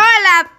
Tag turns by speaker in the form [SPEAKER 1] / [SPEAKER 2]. [SPEAKER 1] Hola,